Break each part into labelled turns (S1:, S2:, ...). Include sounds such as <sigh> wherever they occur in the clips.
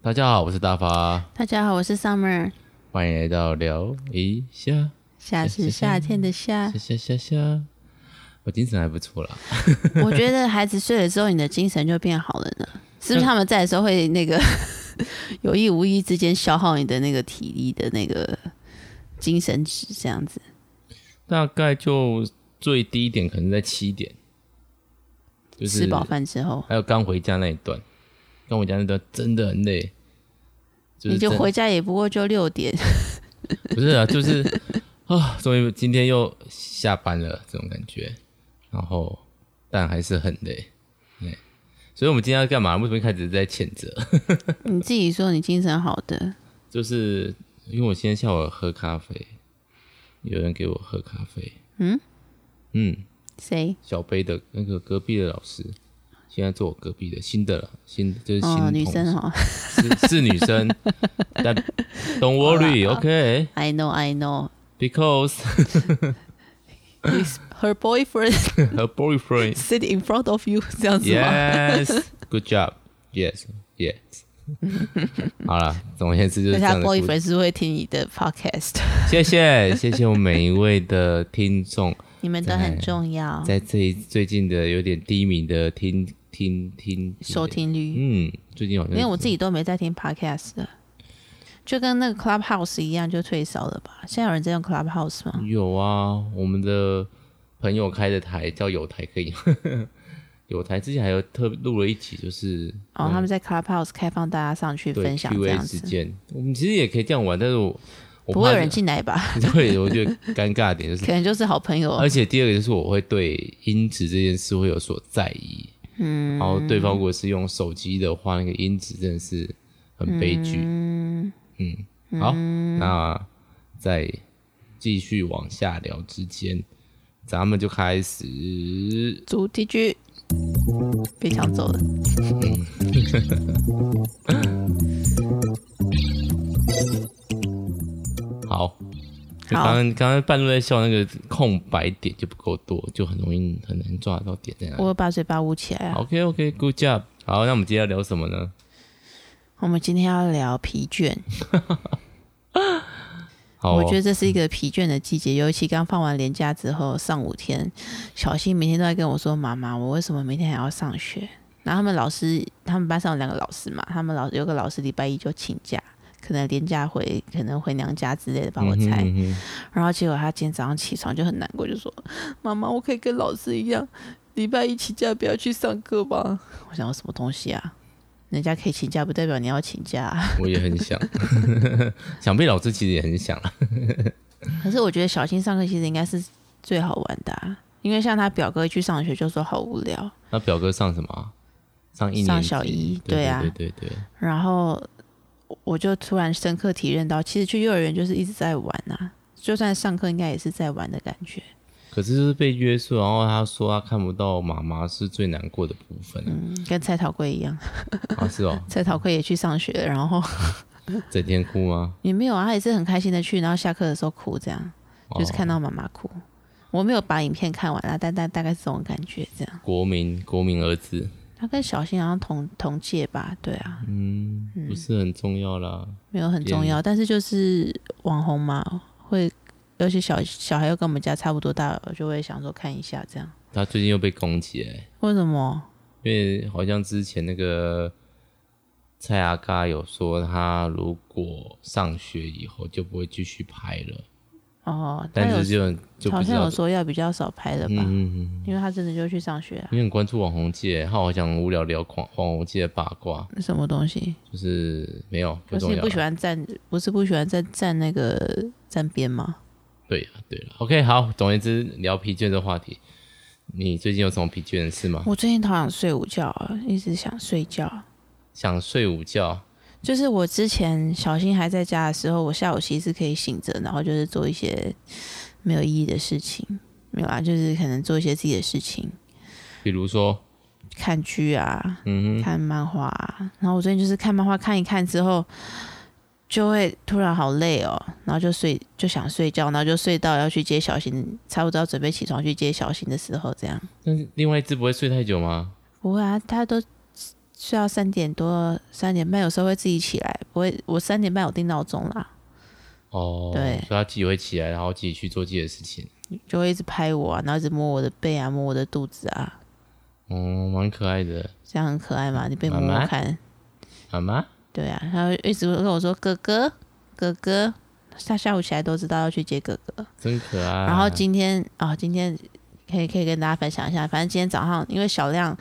S1: 大家好，我是大发，
S2: 大家好，我是 Summer，
S1: 欢迎来到聊一下
S2: 夏是夏天的夏
S1: 夏。夏夏夏。我哦精神还不错啦，
S2: 我觉得孩子睡了之后，你的精神就变好了
S1: <laughs>
S2: 呢。是不是他们在的时候会那个 <laughs> 有意无意之间消耗你的那个体力的那个精神值？这样子
S1: 大概就最低点可能在七点，就是
S2: 吃饱饭之后，
S1: 还有刚回家那一段，刚回家那段真的很累，就
S2: 你就
S1: 真
S2: 回家也不过就六点，
S1: <laughs>
S2: <laughs>
S1: 不是啊，就是啊，终于今天又下班了这种感觉，然后但还是很累，对，所以我们今天要干嘛？为什么一开始在谴责？
S2: 你自己说你精神好的，
S1: 就是因为我今天下午喝咖啡，有人给我喝咖啡，
S2: 嗯
S1: 嗯，
S2: 谁？
S1: 小杯的那个隔壁的老师，现在坐我隔壁的新的了，新就是新
S2: 哦， <laughs>
S1: 同
S2: 女
S1: 事
S2: 生哈
S1: 是是女生， <laughs> 但 don't
S2: <laughs>
S1: worry，OK，because、
S2: ，I know I know her boyfriend
S1: <laughs>
S2: <laughs>
S1: her boyfriend
S2: sit in front of you 这样子吗？
S1: Yes, good job. Yes, yes. <laughs> 好了，总而言之就是
S2: <laughs> 那
S1: 这
S2: 他
S1: 样的故事。
S2: boyfriend 是会听你的 podcast，
S1: 谢谢，谢谢我们每一位的听众，
S2: 你们都很重要。
S1: 在这一最近的有点低迷的听听听
S2: 收，听率，
S1: 嗯，最近好像
S2: 因为我自己都没在听 podcast 的，就跟那个 Clubhouse 一样，就退烧了吧？现在有人在用 Clubhouse 吗？
S1: 有啊，我们的朋友开的台叫有台，可以。 <laughs> 有台之前还有特录了一集，就是
S2: 哦，他们在 Clubhouse 开放大家上去
S1: 对
S2: 分享这
S1: Q&A
S2: 样
S1: 之
S2: 子，
S1: 间，我们其实也可以这样玩，但是我我
S2: 不会
S1: 怕
S2: 有人进来吧？
S1: <laughs> 对，我觉得尴尬的点就是
S2: 可能就是好朋友
S1: 而，且第二个就是我会对音质这件事会有所在意，
S2: 嗯
S1: 然后对方如果是用手机的话，那个音质真的是很悲剧。
S2: 嗯，
S1: 好，那在继续往下聊之间，咱们就开始。
S2: 主题曲被抢走了，
S1: 嗯好，就刚
S2: 好
S1: 刚刚刚半路在笑那个空白点就不够多，就很容易很难抓到点在哪里。
S2: 我把嘴巴捂起来啊。
S1: OK OK，Good、job。好，那我们今天要聊什么呢？
S2: 我们今天要聊疲倦，
S1: 好、哦，
S2: 我觉得这是一个疲倦的季节，尤其刚放完年假之后上五天，小新每天都在跟我说：“妈妈，我为什么明天还要上学？”然后他们老师，他们班上有两个老师嘛，他们老有个老师礼拜一就请假，可能连假回，可能回娘家之类的吧，我猜。
S1: 嗯哼嗯哼
S2: 然后结果他今天早上起床就很难过，就说：“妈妈，我可以跟老师一样，礼拜一请假不要去上课吗？”我想要什么东西啊？人家可以请假，不代表你要请假、啊。
S1: 我也很想，想必老师其实也很想啊啦。
S2: 可是我觉得小新上课其实应该是最好玩的、啊，因为像他表哥一去上学就说好无聊，
S1: 那表哥上什么啊？上一年
S2: 上
S1: 级
S2: 小一
S1: 对
S2: 对啊
S1: 对对对对
S2: 然后我就突然深刻体认到，其实去幼儿园就是一直在玩啊，就算上课应该也是在玩的感觉。
S1: 可是就是被约束，然后他说他看不到妈妈是最难过的部分
S2: 嗯，跟蔡桃贵一样，
S1: 啊，是哦，
S2: 蔡桃贵也去上学，然后
S1: 整天哭吗？
S2: 也没有啊，他也是很开心的去，然后下课的时候哭，这样 <laughs> 就是看
S1: 哦
S2: 到妈妈哭。我没有把影片看完啦，但大大概是这种感觉，这样。
S1: 哦国民国民儿子，
S2: 他跟小新好像同同届吧？对啊，
S1: 嗯，不是很重要啦。
S2: 没有很重
S1: 也
S2: 要，但是就是网红嘛，会尤其小小孩又跟我们家差不多大，我就会想说看一下这样。
S1: 他最近又被攻击哎、
S2: 为什么？
S1: 因为好像之前那个蔡阿嘎有说，他如果上学以后就不会继续拍了，
S2: 哦，他
S1: 但
S2: 有
S1: 是就就
S2: 好
S1: 不知
S2: 像
S1: 道
S2: 有，说要比较少拍了吧，
S1: 嗯。
S2: 因为他真的就去上学啊。
S1: 你很关注网红界，他好想无聊聊网网红界的八卦，
S2: 什么东西？
S1: 就是没有不
S2: 可是
S1: 重
S2: 你
S1: 要啊
S2: 不喜
S1: 啦。
S2: 欢站，不是不喜欢站站那个站边吗？
S1: 对呀、对了，OK，好，总而言之，聊疲倦的话题。你最近有什么疲倦的事吗？
S2: 我最近好想睡午觉啊，一直想睡觉。
S1: 想睡午觉，
S2: 就是我之前小新还在家的时候，我下午其实是可以醒着，然后就是做一些没有意义的事情，没有啊，就是可能做一些自己的事情，
S1: 比如说，
S2: 看剧啊，
S1: 嗯哼，
S2: 看漫画啊。然后我最近就是看漫画看一看之后，就会突然好累哦，然后就睡就想睡觉，然后就睡到要去接小新，差不多要准备起床去接小新的时候，这样
S1: 但是另外一只不会睡太久吗？
S2: 不会啊，他都睡到三点多、三点半，有时候会自己起来，不会。我三点半有定闹钟啦，
S1: 哦，
S2: 对
S1: 所以他自己会起来，然后自己去做自己的事情。
S2: 就会一直拍我啊，然后一直摸我的背啊，摸我的肚子啊，
S1: 哦，蛮可爱的，
S2: 这样很可爱嘛？你被摸
S1: 妈
S2: 摸
S1: 妈
S2: 看，
S1: 妈妈
S2: 对啊，他会一直跟我说哥哥哥哥，他下午起来都知道要去接哥哥。
S1: 真可爱。
S2: 然后今天啊、今天可以可以跟大家分享一下，反正今天早上因为小亮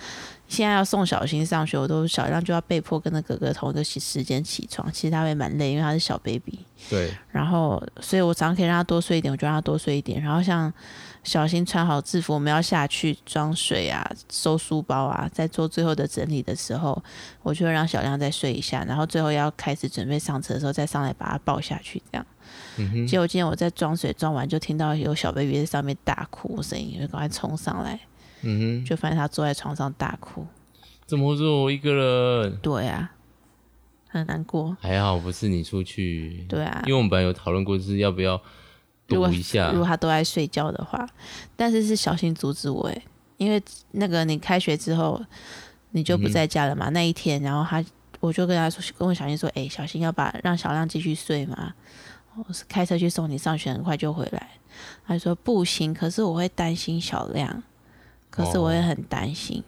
S2: 现在要送小新上学，我都小亮就要被迫跟着哥哥同一个时时间起床，其实他会蛮累，因为他是小 baby。
S1: 对，
S2: 然后，所以我常常可以让他多睡一点，我就让他多睡一点。然后像小新穿好制服，我们要下去装水啊、收书包啊，在做最后的整理的时候，我就会让小亮再睡一下，然后最后要开始准备上车的时候再上来把他抱下去，这样。
S1: 嗯哼，
S2: 结果今天我在装水装完，就听到有小 baby 在上面大哭的声音，我就赶快冲上来，
S1: 嗯哼，
S2: 就发现他坐在床上大哭。
S1: 怎么会是我一个人？
S2: 对啊，很难过。
S1: 还好不是你出去，
S2: 对啊，
S1: 因为我们本来有讨论过，就是要不要
S2: 如果
S1: 赌一下
S2: 如。果他都在睡觉的话，但是是小新阻止我哎，因为那个你开学之后你
S1: 嗯
S2: 就不在家了嘛，那一天，然后他我就跟他说，跟我小新说，哎、小新要把让小亮继续睡嘛，我是开车去送你上学，很快就回来。他就说不行，可是我会担心小亮，可是我会很担心。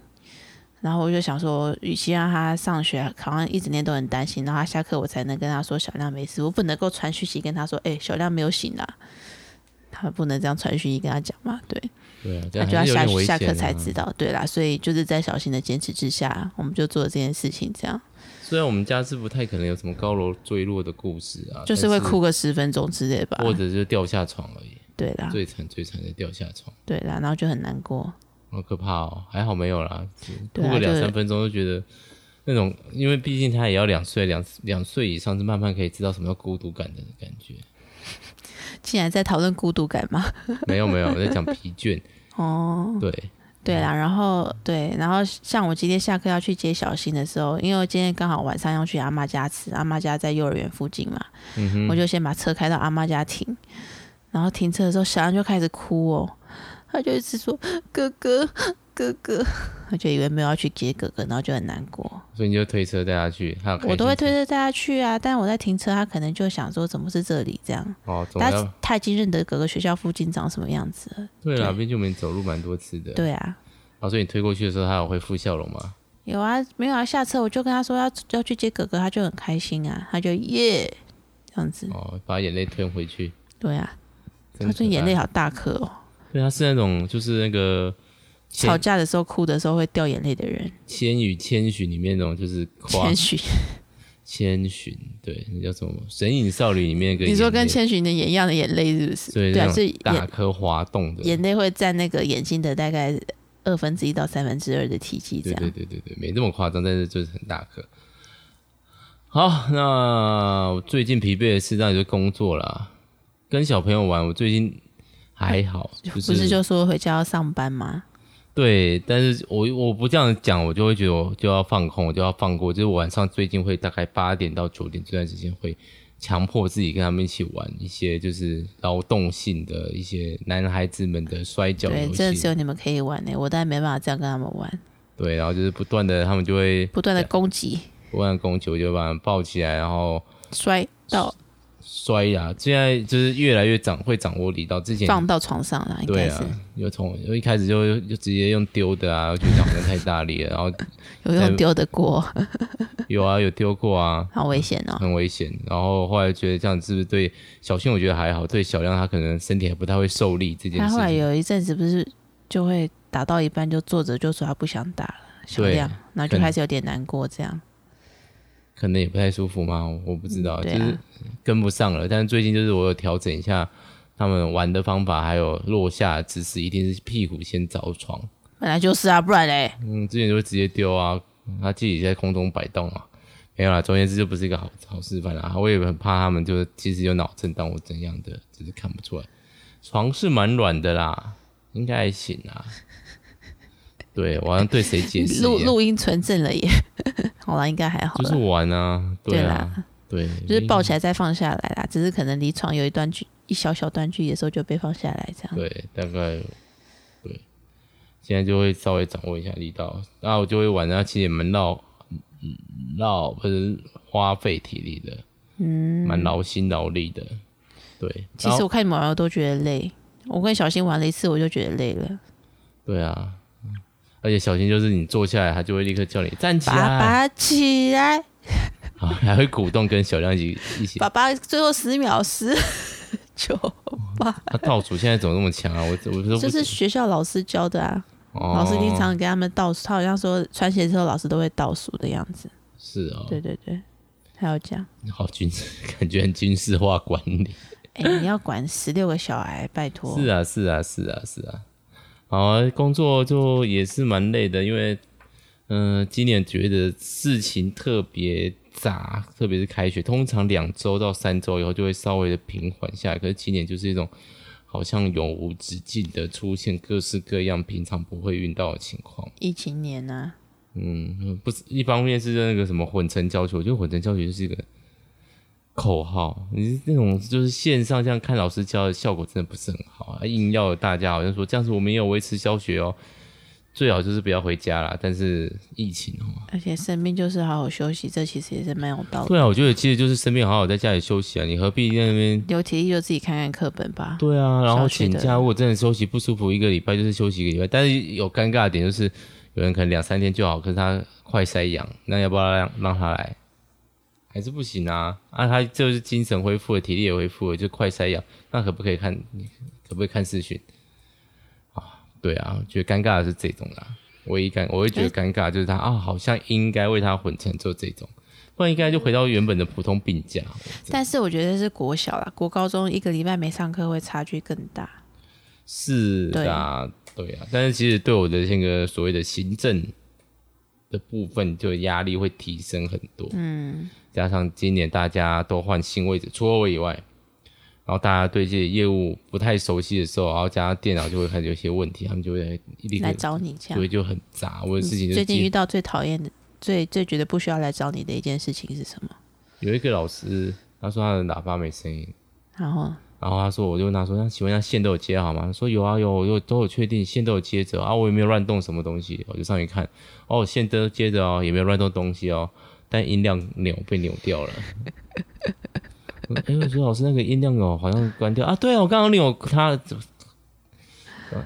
S2: 然后我就想说，与其让他上学，好像一整天都很担心，然后他下课我才能跟他说小亮没事，我不能够传讯息跟他说，哎、小亮没有醒啊， <laughs> 他不能这样传讯息跟他讲嘛，对，
S1: 对啊，这
S2: 那
S1: 样
S2: 就要
S1: 还是有
S2: 下
S1: 点危
S2: 下课
S1: 险
S2: 才
S1: 啊
S2: 知道，对啦，所以就是在小新的坚持之下，我们就做了这件事情，这样
S1: 虽然我们家是不太可能有什么高楼坠落的故事啊，
S2: 就是
S1: 但
S2: 会，哭个十分钟之类吧，啊
S1: 或者就是掉下床而已，
S2: 对啦，
S1: 最惨最惨的掉下床，
S2: 对啦，然后就很难过，
S1: 好可怕哦！还好没有啦，只嗯哭
S2: 对啊
S1: 个两
S2: 就是
S1: 三分钟就觉得那种，因为毕竟他也要两岁，两两岁以上是慢慢可以知道什么叫孤独感的感
S2: <laughs>
S1: 觉。
S2: 竟然在讨论孤独感吗？
S1: 没有没有，我在讲疲倦。
S2: 哦，
S1: 对，
S2: 对
S1: 嗯
S2: 啦，然后对，然后像我今天下课要去接小新的时候，因为我今天刚好晚上要去阿妈家吃，阿妈家在幼儿园附近嘛，
S1: 嗯哼，
S2: 我就先把车开到阿妈家停，然后停车的时候，小安就开始哭哦，他就一直说哥哥哥哥，我就以为没有要去接哥哥，然后就很难过。
S1: 所以你就推车带他去，他有开
S2: 我都会
S1: 心
S2: 推着带他去啊，但我在停车，他可能就想说怎么是这里这样，
S1: 哦，总
S2: 他
S1: 要
S2: 他已经认得哥哥学校附近长什么样子了。
S1: 对
S2: 对
S1: 啦，毕竟我们走路蛮多次的。
S2: 对啊，
S1: 啊，所以你推过去的时候，他有恢复笑容吗？
S2: 有啊，没有啊，下车我就跟他说要要去接哥哥，他就很开心啊，他就耶这样子，
S1: 哦，把眼泪吞回去。
S2: 对啊，
S1: 真
S2: 他说
S1: 可
S2: 眼
S1: 爱
S2: 泪好大颗哦，
S1: 对，他是那种就是那个千
S2: 吵架的时候哭的时候会掉眼泪的人，
S1: 千与千寻里面那种就是夸
S2: 谦虚。
S1: 千寻，对，那叫什么《神隐少女》里面那个
S2: 你说
S1: 眼
S2: 跟
S1: 泪
S2: 千寻的眼一样的眼泪是不是？
S1: 对
S2: 啊，
S1: 那
S2: 是
S1: 种大
S2: 眼
S1: 颗滑动的，
S2: 眼泪会占那个眼睛的大概二分之一到三分之二的体积
S1: 对
S2: 这样。
S1: 对对对对，没这么夸张，但是就是很大颗。好，那我最近疲惫的事当然就是工作啦，跟小朋友玩，我最近还好，就是
S2: 不是就说回家要上班吗？
S1: 对，但是我我不这样讲，我就会觉得我就要放空，我就要放过。就是我晚上最近会大概八点到九点这段时间会强迫自己跟他们一起玩一些就是劳动性的一些男孩子们的摔跤
S2: 对，
S1: 游
S2: 真的只
S1: 戏，
S2: 有你们可以玩呢、我当然没办法这样跟他们玩，
S1: 对，然后就是不断的他们就会
S2: 不断的攻击、
S1: 不断的攻击，我就把他们抱起来，然后
S2: 摔到、
S1: 摔呀、现在就是越来越掌会掌握力道，之前
S2: 放到床上了，应
S1: 对
S2: 该是
S1: 啊，有从有一开始就就直接用丢的啊，我觉得好像太大力了，然后
S2: 有用丢的锅，
S1: 哎有啊有丢过啊，
S2: 好危险哦。
S1: 很危险。然后后来觉得这样是不是对小新？我觉得还好，对小亮他可能身体还不太会受力嗯这件
S2: 他
S1: 事
S2: 后来
S1: 情。
S2: 有一阵子不是就会打到一半就坐着就说他不想打了，小
S1: 对
S2: 亮，然后就
S1: 可能
S2: 开始有点难过这样。
S1: 可能也不太舒服嘛，我不知道，
S2: 对
S1: 就
S2: 啊
S1: 是跟不上了。但是最近就是我有调整一下他们玩的方法，还有落下的姿势，一定是屁股先着床。
S2: 本来就是啊，不然嘞，
S1: 嗯，之前就会直接丢啊，他自己在空中摆动啊。没有啦，总而言之就不是一个好好示范啦。我也很怕他们就是其实有脑震荡或怎样的，只是看不出来。床是蛮软的啦，应该还行啦。对，我好像对谁解释
S2: <laughs>
S1: 一
S2: 录
S1: 样，
S2: 录音存证了耶。 <laughs> 好了，应该还好
S1: 就是
S2: 了，
S1: 玩啊，对
S2: 对
S1: 啊，对，
S2: 就是抱起来再放下来啦，只是可能离床有一段距一小小段距离的时候就被放下来这样。
S1: 对，大概对，现在就会稍微掌握一下力道，那我就会玩啊，其实也蛮绕绕或者是花费体力的，嗯，蛮劳心劳力的。对，
S2: 其
S1: 然
S2: 实
S1: 后
S2: 我看你们玩我都觉得累，我跟小新玩了一次我就觉得累了，
S1: 对啊，而且小新就是你坐下来，他就会立刻叫你站起
S2: 爸
S1: 来，
S2: 爸起来，
S1: 啊，还会鼓动跟小亮一
S2: <laughs>
S1: 起一起。
S2: 爸爸最后十秒十九八，
S1: 他啊倒数现在怎么那么强啊？我我嗯都不哦
S2: 就是学校老师教的啊，
S1: 老
S2: 老师经常给他们倒数，他好像说穿鞋之后老师都会倒数的样子，
S1: 是哦，
S2: 对对对，还有这样，
S1: 好军事， <laughs> 感觉很军事化管理。
S2: 哎、你要管十六个小孩，拜托，
S1: 嗯是啊，是啊，是啊，是啊。好啊，工作就也是蛮累的，因为嗯、呃今年觉得事情特别杂，特别是开学，通常两周到三周以后就会稍微的平缓下来，可是今年就是一种好像永无止境的出现各式各样平常不会遇到的情况。
S2: 疫情年啊，
S1: 嗯，不是，一方面是那个什么混成教学，我觉得混成教学就是一个口号，你是那种就是线上这样看老师教的效果真的不是很好啊，硬要大家好像说这样子我们也有维持教学哦，最好就是不要回家啦。但是疫情哦，
S2: 而且生病就是好好休息，这其实也是蛮有道理。
S1: 对啊，我觉得其实就是生病好好在家里休息啊，你何必在那边？
S2: 留体力就自己看看课本吧。
S1: 对啊，然后
S2: 小区
S1: 请
S2: 的
S1: 假，如果真的休息不舒服，一个礼拜就是休息一个礼拜。但是有尴尬的点就是，有人可能两三天就好，可是他快塞阳，那要不要让让他来？还是不行啊！啊，他就是精神恢复了，体力也恢复了，就快塞阳，那可不可以看？可不可以看视讯？啊，对啊，我觉得尴尬的是这种啦。唯一尴，我会觉得尴尬就是他啊，好像应该为他混成做这种，不然应该就回到原本的普通病假。
S2: 但是我觉得是国小啦，国高中一个礼拜没上课会差距更大。
S1: 是啊，对啊，但是其实对我的那个所谓的行政的部分，就压力会提升很多。嗯，加上今年大家都换新位置，除了我以外，然后大家对这些业务不太熟悉的时候，然后加上电脑就会开始有一些问题，他们就会立刻
S2: 来找你这
S1: 对
S2: 样，嗯
S1: 就很杂。我的事情就
S2: 最近
S1: 基
S2: 遇到最讨厌的、最最觉得不需要来找你的一件事情是什么？
S1: 有一个老师，他说他的喇叭没声音，
S2: 然后
S1: 然后他说，我就问他说，那请问一下线都有接好吗？他说有啊有，我有都有确定线都有接着啊，我也没有乱动什么东西，我就上去看，哦线都接着哦，也没有乱动东西哦，但音量钮被扭掉了。我哎，我说老师那个音量钮好像关掉啊，对啊，我刚刚扭它。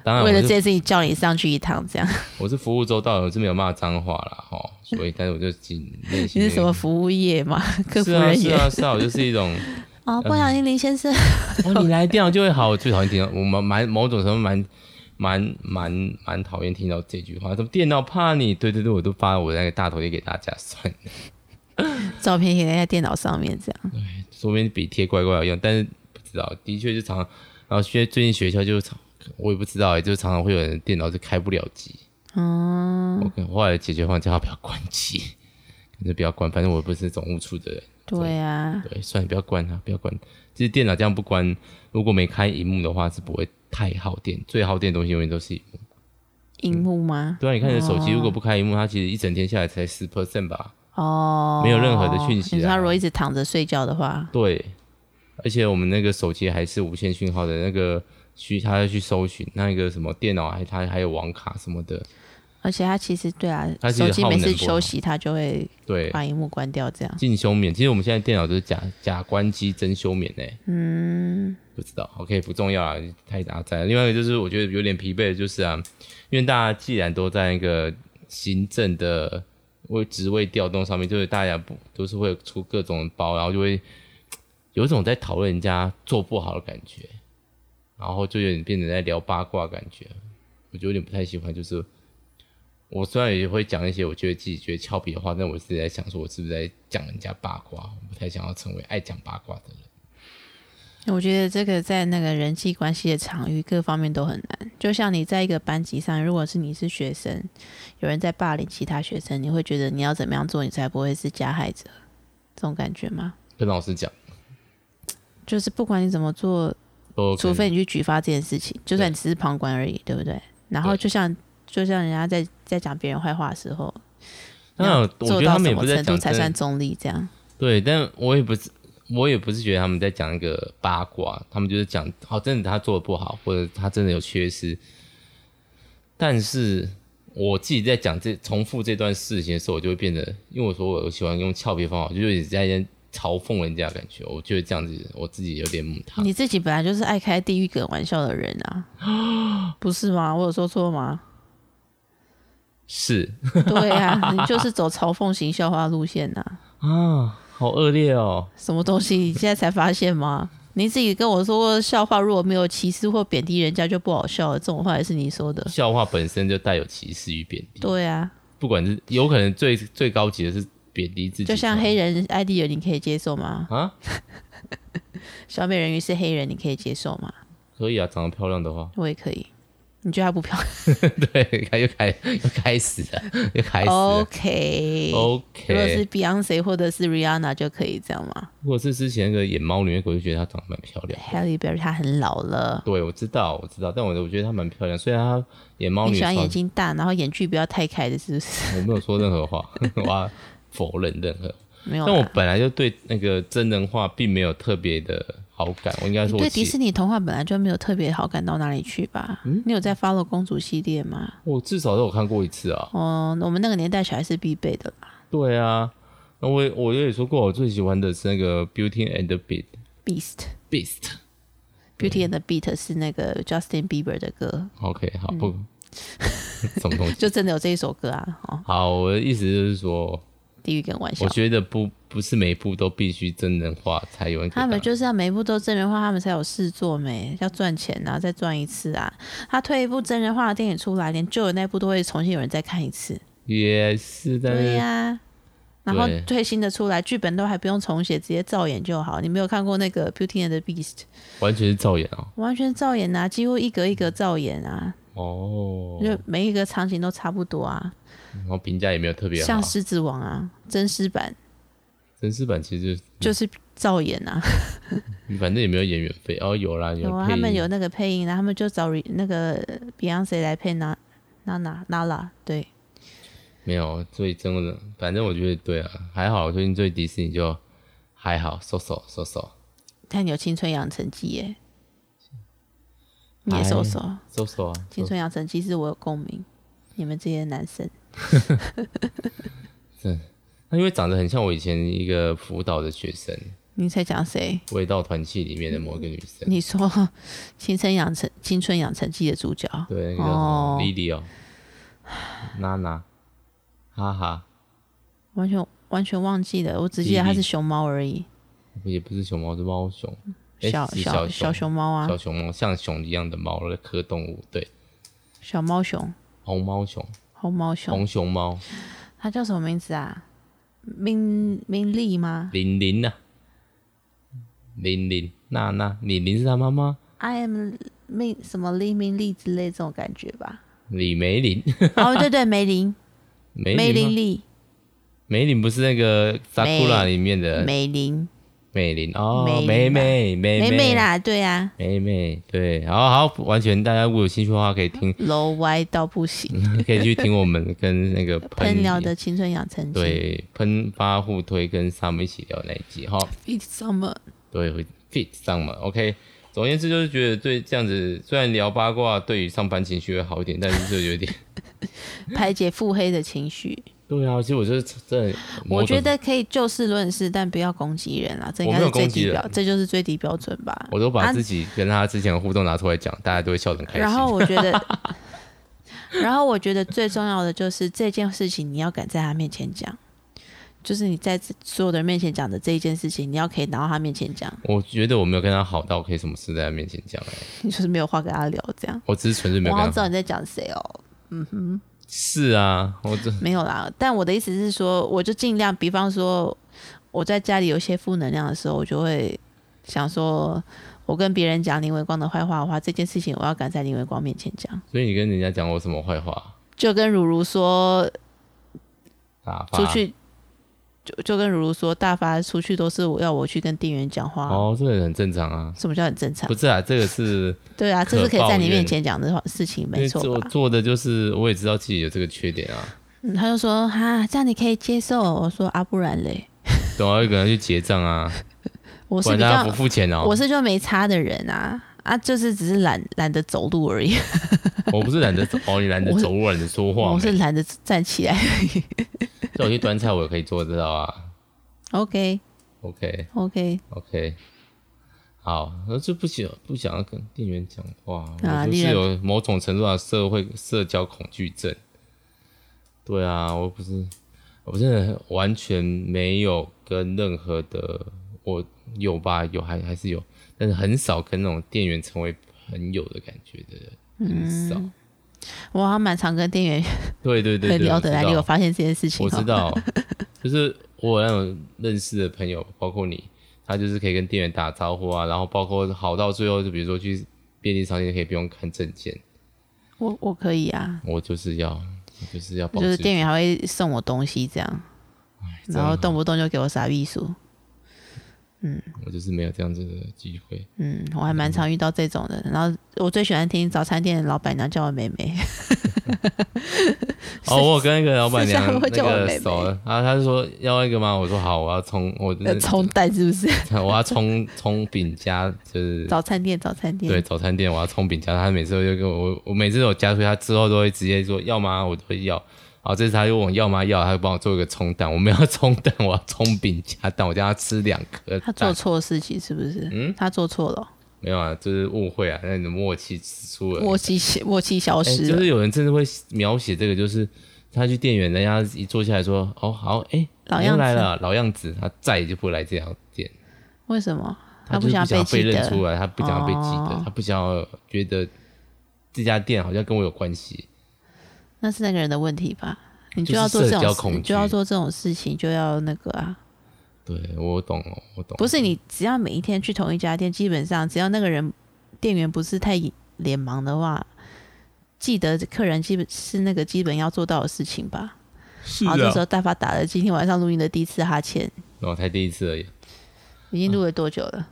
S1: 当然我
S2: 为了
S1: 是
S2: 这件事情叫你上去一趟，这样
S1: 我是服务周到的，我是没有骂脏话啦，哦，所以但是我就尽内
S2: 你
S1: 心
S2: 是
S1: 那
S2: 什
S1: 个
S2: 么服务业吗？客服
S1: 是啊
S2: 人
S1: 是
S2: 员
S1: 啊是嗯啊，我就是一种
S2: 哦，不小心林先生，
S1: 哦，你来电脑就会好。我最讨厌听到，我蛮蛮某种程度蛮蛮蛮蛮讨厌听到这句话。怎么电脑怕你？对对对，我都发我那个大头贴给大家算了，
S2: 照片也在电脑上面这样。
S1: 说不定比贴乖乖有用，但是不知道，的确就常常，然后学最近学校就常，我也不知道欸，就常常会有人电脑就开不了机。
S2: 嗯，
S1: 我跟后来解决方案叫他不要关机，可是不要关，反正我不是总务处的人。
S2: 对啊，
S1: 对，算了，不要关它，不要关。其实电脑这样不关，如果没开荧幕的话，是不会太耗电。最耗电的东西永远都是荧幕。
S2: 荧幕吗？
S1: 对啊，你看你的手机如果不开荧幕，它其实一整天下来才十 percent 吧。
S2: 哦，
S1: 没有任何的讯息啊
S2: 你说他如果一直躺着睡觉的话，
S1: 对，而且我们那个手机还是无线讯号的那个需，它要去搜寻那个什么电脑，还它还有网卡什么的。
S2: 而且他其实对啊
S1: 他，其实
S2: 手机
S1: 耗
S2: 每
S1: 能
S2: 次
S1: 不
S2: 休
S1: 好
S2: 息他就会
S1: 对，
S2: 把荧幕关掉，这样。
S1: 进休眠。其实我们现在电脑都是假假关机真休眠呢、嗯，不知道，OK，不重要啊，太杂在。另外一个就是我觉得有点疲惫，的就是啊，因为大家既然都在那个行政的位职位调动上面，就是大家不都是会出各种包，然后就会有一种在讨论人家做不好的感觉，然后就有点变成在聊八卦的感觉，我就有点不太喜欢，就是。我虽然也会讲一些我觉得自己觉得俏皮的话，但我自己在想说，我是不是在讲人家八卦？我不太想要成为爱讲八卦的人。
S2: 我觉得这个在那个人际关系的场域各方面都很难。就像你在一个班级上，如果是你是学生，有人在霸凌其他学生，你会觉得你要怎么样做，你才不会是加害者，这种感觉吗？
S1: 跟老师讲，
S2: 就是不管你怎么做，
S1: 都
S2: 除非你去举发这件事情，就算你只是旁观而已，对不对？然后
S1: 对
S2: 就像就像人家在在讲别人坏话的时候，
S1: 那我
S2: 做
S1: 觉得
S2: 到
S1: 他们
S2: 什
S1: 也
S2: 么
S1: 不是在
S2: 程度
S1: 讲
S2: 才
S1: 真的
S2: 算中立？这样
S1: 对，但我也不是，我也不是觉得他们在讲一个八卦，他们就是讲，哦好、真的他做的不好，或者他真的有缺失。但是我自己在讲这重复这段事情的时候，我就会变得，因为我说我喜欢用俏皮的方法，就有点在那边嘲讽人家的感觉，我觉得这样子我自己有点母汤。
S2: 你自己本来就是爱开地狱梗玩笑的人啊，
S1: <laughs>
S2: 不是吗？我有说错吗？
S1: 是
S2: 对啊，你就是走嘲讽型笑话路线呐、
S1: 啊，好恶劣哦。
S2: 什么东西？你现在才发现吗？ <laughs> 你自己跟我说过，笑话如果没有歧视或贬低人家就不好笑了，这种话也是你说的。
S1: 笑话本身就带有歧视与贬低，
S2: 对啊，
S1: 不管是有可能最最高级的是贬低自己，
S2: 就像黑人 ID 有你可以接受吗？
S1: 啊，
S2: <laughs> 小美人鱼是黑人，你可以接受吗？
S1: 可以啊，长得漂亮的话， <laughs>
S2: 我也可以。你觉得他不漂亮
S1: 对，开又开又开始了， <laughs> 又开始了。
S2: ？OK。如果
S1: 啊 OK，
S2: 是 Beyonce 或者是 Rihanna 就可以这样吗
S1: 如果是之前那个演猫女那个，我就觉得她长得蛮漂亮。
S2: ？Halle Berry 她很老了，
S1: 对，我知道，我知道，但我我觉得她蛮漂亮，虽然她演猫
S2: 你
S1: 女
S2: 喜
S1: 的
S2: 欢
S1: 时候
S2: 眼睛大，然后眼距不要太开的，是不是？ <laughs>
S1: 我没有说任何话， <laughs> 我要否认任何。
S2: 没有
S1: 但我
S2: 啦。
S1: 本来就对那个真人化并没有特别的好感，我应该说
S2: 你
S1: 我
S2: 对
S1: 其
S2: 迪士尼童话本来就没有特别好感到哪里去吧？
S1: 嗯
S2: 你有在 follow 公主系列吗？
S1: 我至少都有看过一次啊。
S2: 哦，我们那个年代小孩是必备的啦，
S1: 对啊，那我也我也说过，我最喜欢的是那个《Beauty and the Beat》
S2: Beast。
S1: Beast。
S2: Beauty and the Beat 是那个 Justin Bieber 的歌， <laughs>
S1: OK，好
S2: 嗯
S1: 不， <laughs> 什么东西？
S2: 就真的有这一首歌啊！哦，
S1: 好，我的意思就是说，
S2: 地狱跟玩笑
S1: 我，觉得不不是每一部都必须真人化才有人给
S2: 他们
S1: 打
S2: 就是要每一部都真人化，他们才有事做没，要赚钱啊，再赚一次啊！他推一部真人化的电影出来，连旧的那部都会重新有人再看一次，
S1: 也是，但
S2: 对
S1: 是、
S2: 呀、然后
S1: 对
S2: 最新的出来，剧本都还不用重写，直接照演就好。你没有看过那个《Beauty and the Beast》，
S1: 完全是造演哦。
S2: 完全照演啊，几乎一格一格照演啊，
S1: 哦，
S2: 就每一个场景都差不多啊，
S1: 然后评价也没有特别好
S2: 像。《狮子王》啊，真狮版
S1: 真实版其实就
S2: 就是照演啊。
S1: 反正也没有演员费哦，有啦，
S2: 有
S1: 有
S2: 啊，
S1: 配
S2: 他们
S1: 音
S2: 有那个配音，然后他们就找 Re- 那个 Beyonce 来配娜娜娜娜拉，对，
S1: 没有？所以真的，反正我觉得对啊，还好，最近对迪士尼就还好，收手收手
S2: 但你有青春养成记耶，你也
S1: 哎
S2: 收手。
S1: 收手啊！
S2: 青春养成记是我有共鸣，你们这些男生，
S1: 他因为长得很像我以前一个辅导的学生，
S2: 你在讲谁？
S1: 味道团契里面的某一个女生，
S2: 你说 <laughs> 青春养成青春养成记的主角，
S1: 对，那个叫什
S2: 哦
S1: 么 Lily 哦，娜娜，哈哈，
S2: 完全完全忘记了，我只记得他是熊猫而已，
S1: 也不是熊猫，是猫熊，诶
S2: 小
S1: 是
S2: 小
S1: 小
S2: 小熊猫啊
S1: 小，熊猫，像熊一样的猫的科动物，对，
S2: 小猫熊，
S1: 红猫熊，
S2: 红猫熊，
S1: 红熊猫，
S2: 他叫什么名字啊？明明丽吗
S1: 玲玲啊，玲玲，娜娜，玲玲是她妈妈，
S2: ？I am 命什么黎明丽之类这种感觉吧。
S1: 李梅玲，
S2: 哦，对对，梅林，
S1: 梅
S2: 梅
S1: 林
S2: 林
S1: 吗，
S2: 丽，
S1: 梅玲不是那个《萨库拉》
S2: 梅
S1: 里面的
S2: 梅林，
S1: 美玲哦，
S2: 梅
S1: 美
S2: 玲
S1: 美美
S2: 梅
S1: 美
S2: 梅，啦，对啊，
S1: 美美，对，好好，完全大家如果有兴趣的话，可以 <laughs> 听，
S2: 楼歪到不行，
S1: 可以去听我们跟那个
S2: 喷聊
S1: 嗯你
S2: 的青春养成记，
S1: 对喷发互推跟 Sam 一起聊那一集哈，
S2: ，It's Summer，
S1: 对，会 fit 上嘛，OK。总而言之，就是觉得对这样子，虽然聊八卦对于上班情绪会好一点，但是就有点
S2: 排解腹黑的情绪，
S1: <laughs> 对啊。其实我就是真的，某
S2: 我
S1: 种
S2: 觉得可以就事论事，但不要攻击人啊，这应该
S1: 我没
S2: 是
S1: 有
S2: 最
S1: 攻击
S2: 低
S1: 人
S2: 标，这就是最低标准吧。
S1: 我都把
S2: 啊
S1: 自己跟他之前的互动拿出来讲，大家都会笑得很开心。
S2: 然后我觉得，
S1: <laughs>
S2: 然后我觉得最重要的就是这件事情，你要敢在他面前讲，就是你在所有的人面前讲的这一件事情，你要可以拿到他面前讲， <laughs>
S1: 我觉得我没有跟他好到可以什么事在他面前讲、欸，
S2: 你就是没有话跟他聊这样。
S1: 我只是纯粹没
S2: 我
S1: 有
S2: 好
S1: 跟
S2: 像知
S1: 他好。
S2: 道你在讲谁哦，
S1: 是啊，我这
S2: 没有啦。但我的意思是说，我就尽量，比方说我在家里有一些负能量的时候，我就会想说，我跟别人讲林维光的坏话的话，这件事情我要敢在林维光面前讲，
S1: 所以你跟人家讲我什么坏话？
S2: 就跟如如说
S1: 打发
S2: 出去。就就跟如如说，大发出去都是我要我去跟店员讲话，
S1: 哦，这个很正常啊。
S2: <laughs> 什么叫很正常
S1: 不？是啊，这个是
S2: 对啊，这是可以
S1: 可
S2: 在
S1: 抱
S2: 你面
S1: 怨
S2: 前讲的话事情，
S1: 因
S2: <laughs> 没
S1: 为
S2: 错
S1: 做
S2: 吧？
S1: 做的就是，我也知道自己有这个缺点啊，
S2: 嗯，他就说哈，这样你可以接受。我说啊，不然嘞，
S1: 总要有个人去结账啊，
S2: 我
S1: 不然
S2: 是比
S1: 大家
S2: 较
S1: 不付钱哦。
S2: 我是就没差的人啊啊，就是只是懒懒得走路而已，
S1: 我不是懒得走，哦，你懒得
S2: 我是
S1: 走，我懒得说话
S2: 我
S1: 嘛。
S2: 是懒得站起来。
S1: 叫我去端菜，我也可以做得到啊。
S2: OK
S1: OK
S2: OK
S1: OK，好，那就不想不想要跟店员讲话，
S2: 啊
S1: 我就
S2: 店
S1: 是
S2: 员
S1: 有某种程度上的社会社交恐惧症。对啊，我不是，我真的完全没有跟任何的，我有吧，有还还是有，但是很少跟那种店员成为朋友的感觉的人，
S2: 嗯
S1: 很少。
S2: 我还蛮常跟店员
S1: 对对对
S2: 很 <laughs>
S1: 对，
S2: 聊
S1: 我
S2: 得
S1: 知
S2: 来，你
S1: 道
S2: 有发现这件事情、
S1: 我
S2: 哦？
S1: 知道，
S2: <laughs>
S1: 就是我那种认识的朋友，包括你，他就是可以跟店员打招呼啊，然后包括好到最后，就比如说去便利商店可以不用看证件，
S2: 我我可以啊，
S1: 我就是要，我就是要保
S2: 就
S1: 持，
S2: 是店员还会送我东西这样，
S1: 哎
S2: 然后动不动就给我傻逼数。
S1: 我就是没有这样子的机
S2: <laughs>
S1: 会。
S2: 嗯，我还蛮常遇到这种的。然后我最喜欢听早餐店的老板娘叫我妹妹，
S1: 哦，我有跟那个老板
S2: 私
S1: 娘
S2: 下会
S1: 那
S2: 叫我
S1: 个
S2: 妹妹
S1: 熟了，然后她就说要那个吗？我说好，我要冲，我真
S2: 呃
S1: 的
S2: <laughs> 冲蛋是不是？
S1: <laughs> 我要冲冲饼加就是。
S2: 早餐店，早餐店。
S1: 对早餐店，我要冲饼加，他每次都跟我，我我每次都有加出去，他之后都会直接说要吗？我都会要。然后这次他又问我要吗？要，他就帮我做一个冲蛋，我没有冲蛋，我要冲饼加蛋，我叫他吃两颗
S2: 他做
S1: 蛋。
S2: 错事情是不是？嗯，他做错了，
S1: 没有啊，就是误会啊，那你的默契吃出了。
S2: 默契 <laughs> 默契消
S1: 哎、
S2: 失
S1: 就
S2: 了。
S1: 是有人真的会描写这个，就是他去店员，人家一坐下来说，哦好，哎、
S2: 老
S1: 你又
S2: 样
S1: 来
S2: 子
S1: 了，老样子，他再也就不来这家店。
S2: 为什么？
S1: 他就
S2: 不
S1: 是
S2: 想
S1: 想
S2: 要
S1: 要被
S2: 记
S1: 认
S2: 得。
S1: 出来，他不想要被记得，
S2: 哦
S1: 他不想要觉得这家店好像跟我有关系。
S2: 那是那个人的问题吧？你
S1: 就
S2: 就是要做这
S1: 社交
S2: 种
S1: 恐
S2: 事，
S1: 惧
S2: 你就要做这种事情，就要那个啊。
S1: 对我懂，我懂。
S2: 不是你只要每一天去同一家店，基本上只要那个人店员不是太脸盲的话，记得客人基本是那个基本要做到的事情吧。
S1: 是
S2: 好，这时候大发打了今天晚上录音的第一次哈欠，
S1: 然后哦才第一次而已， <laughs> 嗯
S2: 已经录了多久了？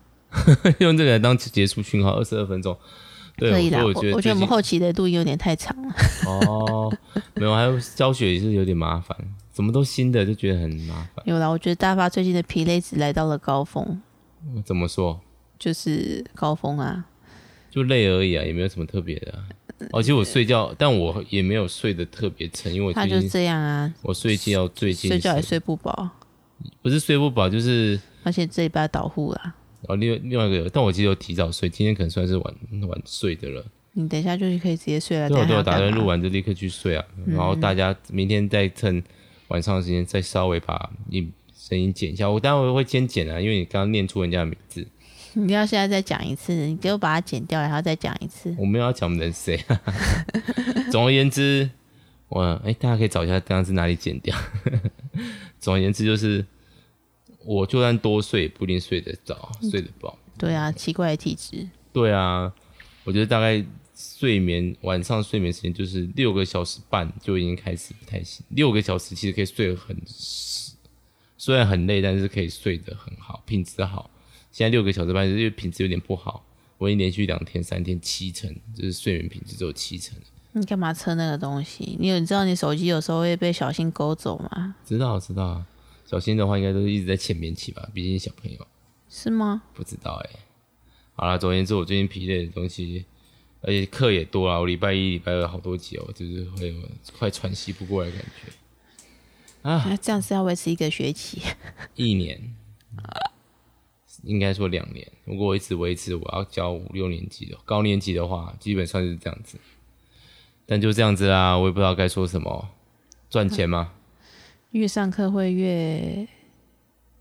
S1: 用这个来当结束讯号，二十二分钟。对，
S2: 可以
S1: 所
S2: 啦，
S1: 以
S2: 我
S1: 我觉得最
S2: 我觉得我
S1: 近
S2: 们后期的录音有点太长了。
S1: 哦，没有，还有教学也是有点麻烦，怎么都新的就觉得很麻烦。
S2: 有啦，我觉得大发最近的疲累值来到了高峰，
S1: 怎么说？
S2: 就是高峰啊。
S1: 就累而已啊，也没有什么特别的啊、而且我睡觉，但我也没有睡得特别沉，因为我
S2: 他
S1: 最
S2: 就
S1: 近
S2: 这样啊，
S1: 我睡觉最近
S2: 睡觉也睡不饱，
S1: 不是睡不饱，就是
S2: 而且这礼拜倒户啦。
S1: 然后另外另外一个有，但我其实有提早睡，今天可能算是晚晚睡的了。
S2: 你等一下就可以直接睡了。
S1: 对，我
S2: 等一
S1: 对我
S2: 下还要
S1: 打算
S2: 干嘛嗯
S1: 录完就立刻去睡啊，然后大家明天再趁晚上的时间再稍微把音声音剪一下。我当然会先剪啊，因为你刚刚念出人家的名字，
S2: 你要现在再讲一次，你给我把它剪掉，然后再讲一次。
S1: 我没有要讲我们人谁、啊。 <laughs> 总而言之，我哎、大家可以找一下刚刚是哪里剪掉。 <laughs> 总而言之就是，我就算多睡，也不一定睡得着，睡得饱。
S2: 对啊，奇怪的体质，
S1: 对啊，我觉得大概睡眠晚上睡眠时间就是六个小时半就已经开始不太行，六个小时其实可以睡得很，虽然很累，但是可以睡得很好，品质好。现在六个小时半因为品质有点不好，我已经连续两天三天七成，就是睡眠品质只有七成。
S2: 你干嘛测那个东西？你有你知道你手机有时候会被小心勾走吗？
S1: 知道知道，小新的话应该都是一直在浅眠期吧，毕竟小朋友。
S2: 是吗？
S1: 不知道哎、好啦，总而言之，我最近疲累的东西，而且课也多啊，我礼拜一、礼拜二好多节哦，就是会有快喘息不过来的感觉。啊
S2: 那这样是要维持一个学期，
S1: 一年，应该说两年。如果我一直维持，我要教五六年级的高年级的话，基本上是这样子。但就这样子啦，我也不知道该说什么。赚钱吗？
S2: 越上课会越，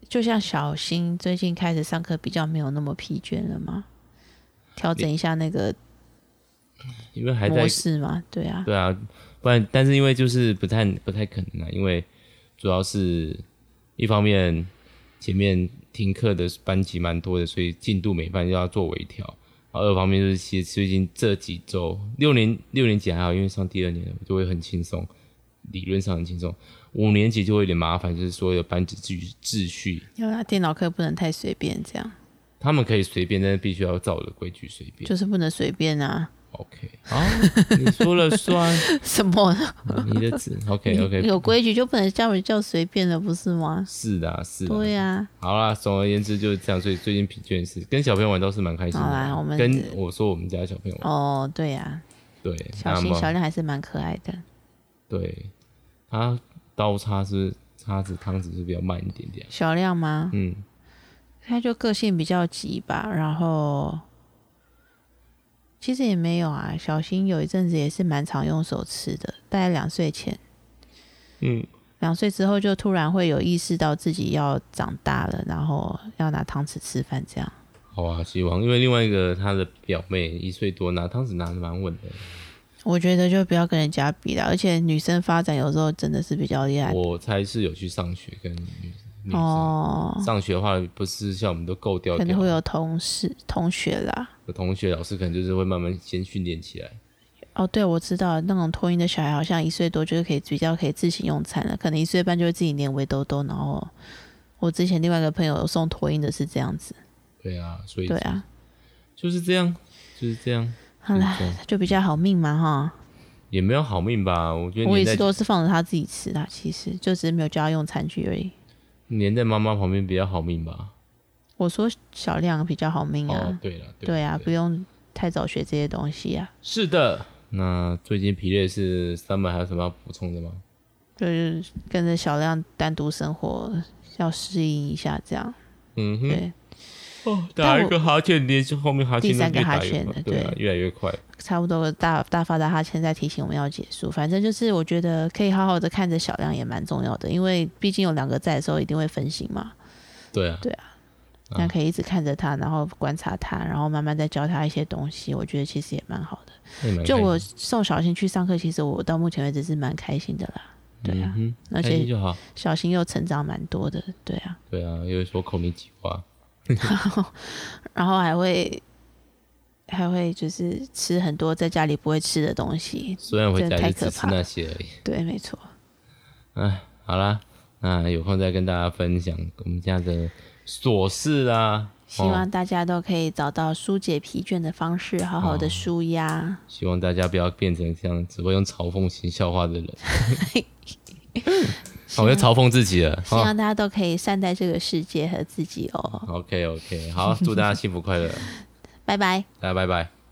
S2: 就像小新最近开始上课比较没有那么疲倦了吗？调整一下那个
S1: 因为还在
S2: 模式嘛，对啊，
S1: 对啊，不然但是因为就是不太不太可能啊，因为主要是一方面前面停课的班级蛮多的，所以进度每班就要做微调。然后二方面就是其实最近这几周六年六年级还好，因为上第二年了就会很轻松，理论上很轻松。五年级就会有点麻烦，就是所有的班级秩序秩序，
S2: 因为他电脑课不能太随便，这样
S1: 他们可以随便，但是必须要照我的规矩随便。
S2: 就是不能随便啊。 <laughs>
S1: OK，好、你说了算， <laughs>
S2: 什么？
S1: 你的字 OK
S2: <laughs>
S1: OK，
S2: 有规矩就不能叫人叫随便的，不是吗？
S1: 是的啊，是的啊，
S2: 对呀、
S1: 好啦，总而言之就是这样，所以最近疲倦是跟小朋友玩倒是蛮开心的。
S2: 好啦我们
S1: 跟我说我们家小朋友玩，
S2: 哦，对呀、
S1: 对，
S2: 小
S1: 啊那
S2: 新
S1: 么
S2: 小亮还是蛮可爱的。
S1: 对，他刀叉是叉子汤匙是比较慢一点点，
S2: 小亮吗？
S1: 嗯，
S2: 他就个性比较急吧，然后其实也没有啊。小新有一阵子也是蛮常用手吃的，大概两岁前，
S1: 嗯，
S2: 两岁之后就突然会有意识到自己要长大了，然后要拿汤匙吃饭这样。
S1: 好啊，希望因为另外一个他的表妹一岁多拿汤匙拿的蛮稳的，
S2: 我觉得就不要跟人家比了，而且女生发展有时候真的是比较厉害
S1: 我猜是有去上学跟女女生、哦
S2: 哦，
S1: 上学的话，不是像我们都够掉
S2: 可能
S1: 掉
S2: 会，有同事同学啦。
S1: 有同学老师可能就是会慢慢先训练起来，
S2: 哦，对，我知道那种托婴的小孩好像一岁多就是可以比较可以自行用餐了，可能一岁半就会自己粘围兜兜。然后我之前另外一个朋友送托婴的是这样子，
S1: 对啊，所以
S2: 对啊，
S1: 就是这样，就是这样，
S2: 好啦
S1: 嗯，
S2: 就比较好命嘛哈。
S1: 也没有好命吧？我觉得年
S2: 我也
S1: 代
S2: 是都是放着他自己吃啦，其实就只是没有教他用餐具而已。
S1: 黏在妈妈旁边比较好命吧？
S2: 我说小亮比较好命啊，
S1: 哦，对了，
S2: 对
S1: 对
S2: 啊，不用太早学这些东西啊。
S1: 是的。那最近疲累是 summer 还有什么要补充的吗？
S2: 就是跟着小亮单独生活，要适应一下这样。
S1: 嗯哼，
S2: 对，
S1: 哦，
S2: 但
S1: 打
S2: 我
S1: 一个哈欠，连续后面哈欠
S2: 第三
S1: 都越
S2: 个哈
S1: 打越
S2: 欠
S1: 快
S2: 了
S1: 对啊，
S2: 对
S1: 越来越快。
S2: 差不多大大发大哈欠在提醒我们要结束。反正就是我觉得可以好好的看着小亮也蛮重要的，因为毕竟有两个在的时候一定会分心嘛。
S1: 对啊，
S2: 对那可以一直看着他，然后观察他，然后慢慢再教他一些东西。我觉得其实也蛮好的。
S1: 那你蛮
S2: 就
S1: 开
S2: 我
S1: 心
S2: 送小新去上课，其实我到目前为止是蛮开心的啦。对啊，
S1: 嗯哼
S2: 而
S1: 开
S2: 且
S1: 心就好。
S2: 小新又成长蛮多的，对啊，
S1: 对啊，有人说口你几话，
S2: 然后还会还会就是吃很多在家里不会吃的东西。
S1: 虽然回
S2: 真的
S1: 家
S2: 太
S1: 也
S2: 可
S1: 只吃
S2: 怕
S1: 那
S2: 了
S1: 些而已。
S2: 对，没错。
S1: 哎，好啦，那有空再跟大家分享我们家的琐事啊啦。
S2: 希望大家都可以找到疏解疲倦的方式，好好的舒压。
S1: 希望大家不要变成这样只会用嘲讽型笑话的
S2: <laughs>
S1: 人。哦好我要嘲讽自己了。
S2: 希
S1: 哦
S2: 望大家都可以善待这个世界和自己哦。
S1: OK OK，好，祝大家幸福快乐，
S2: 拜拜。
S1: 大家拜拜。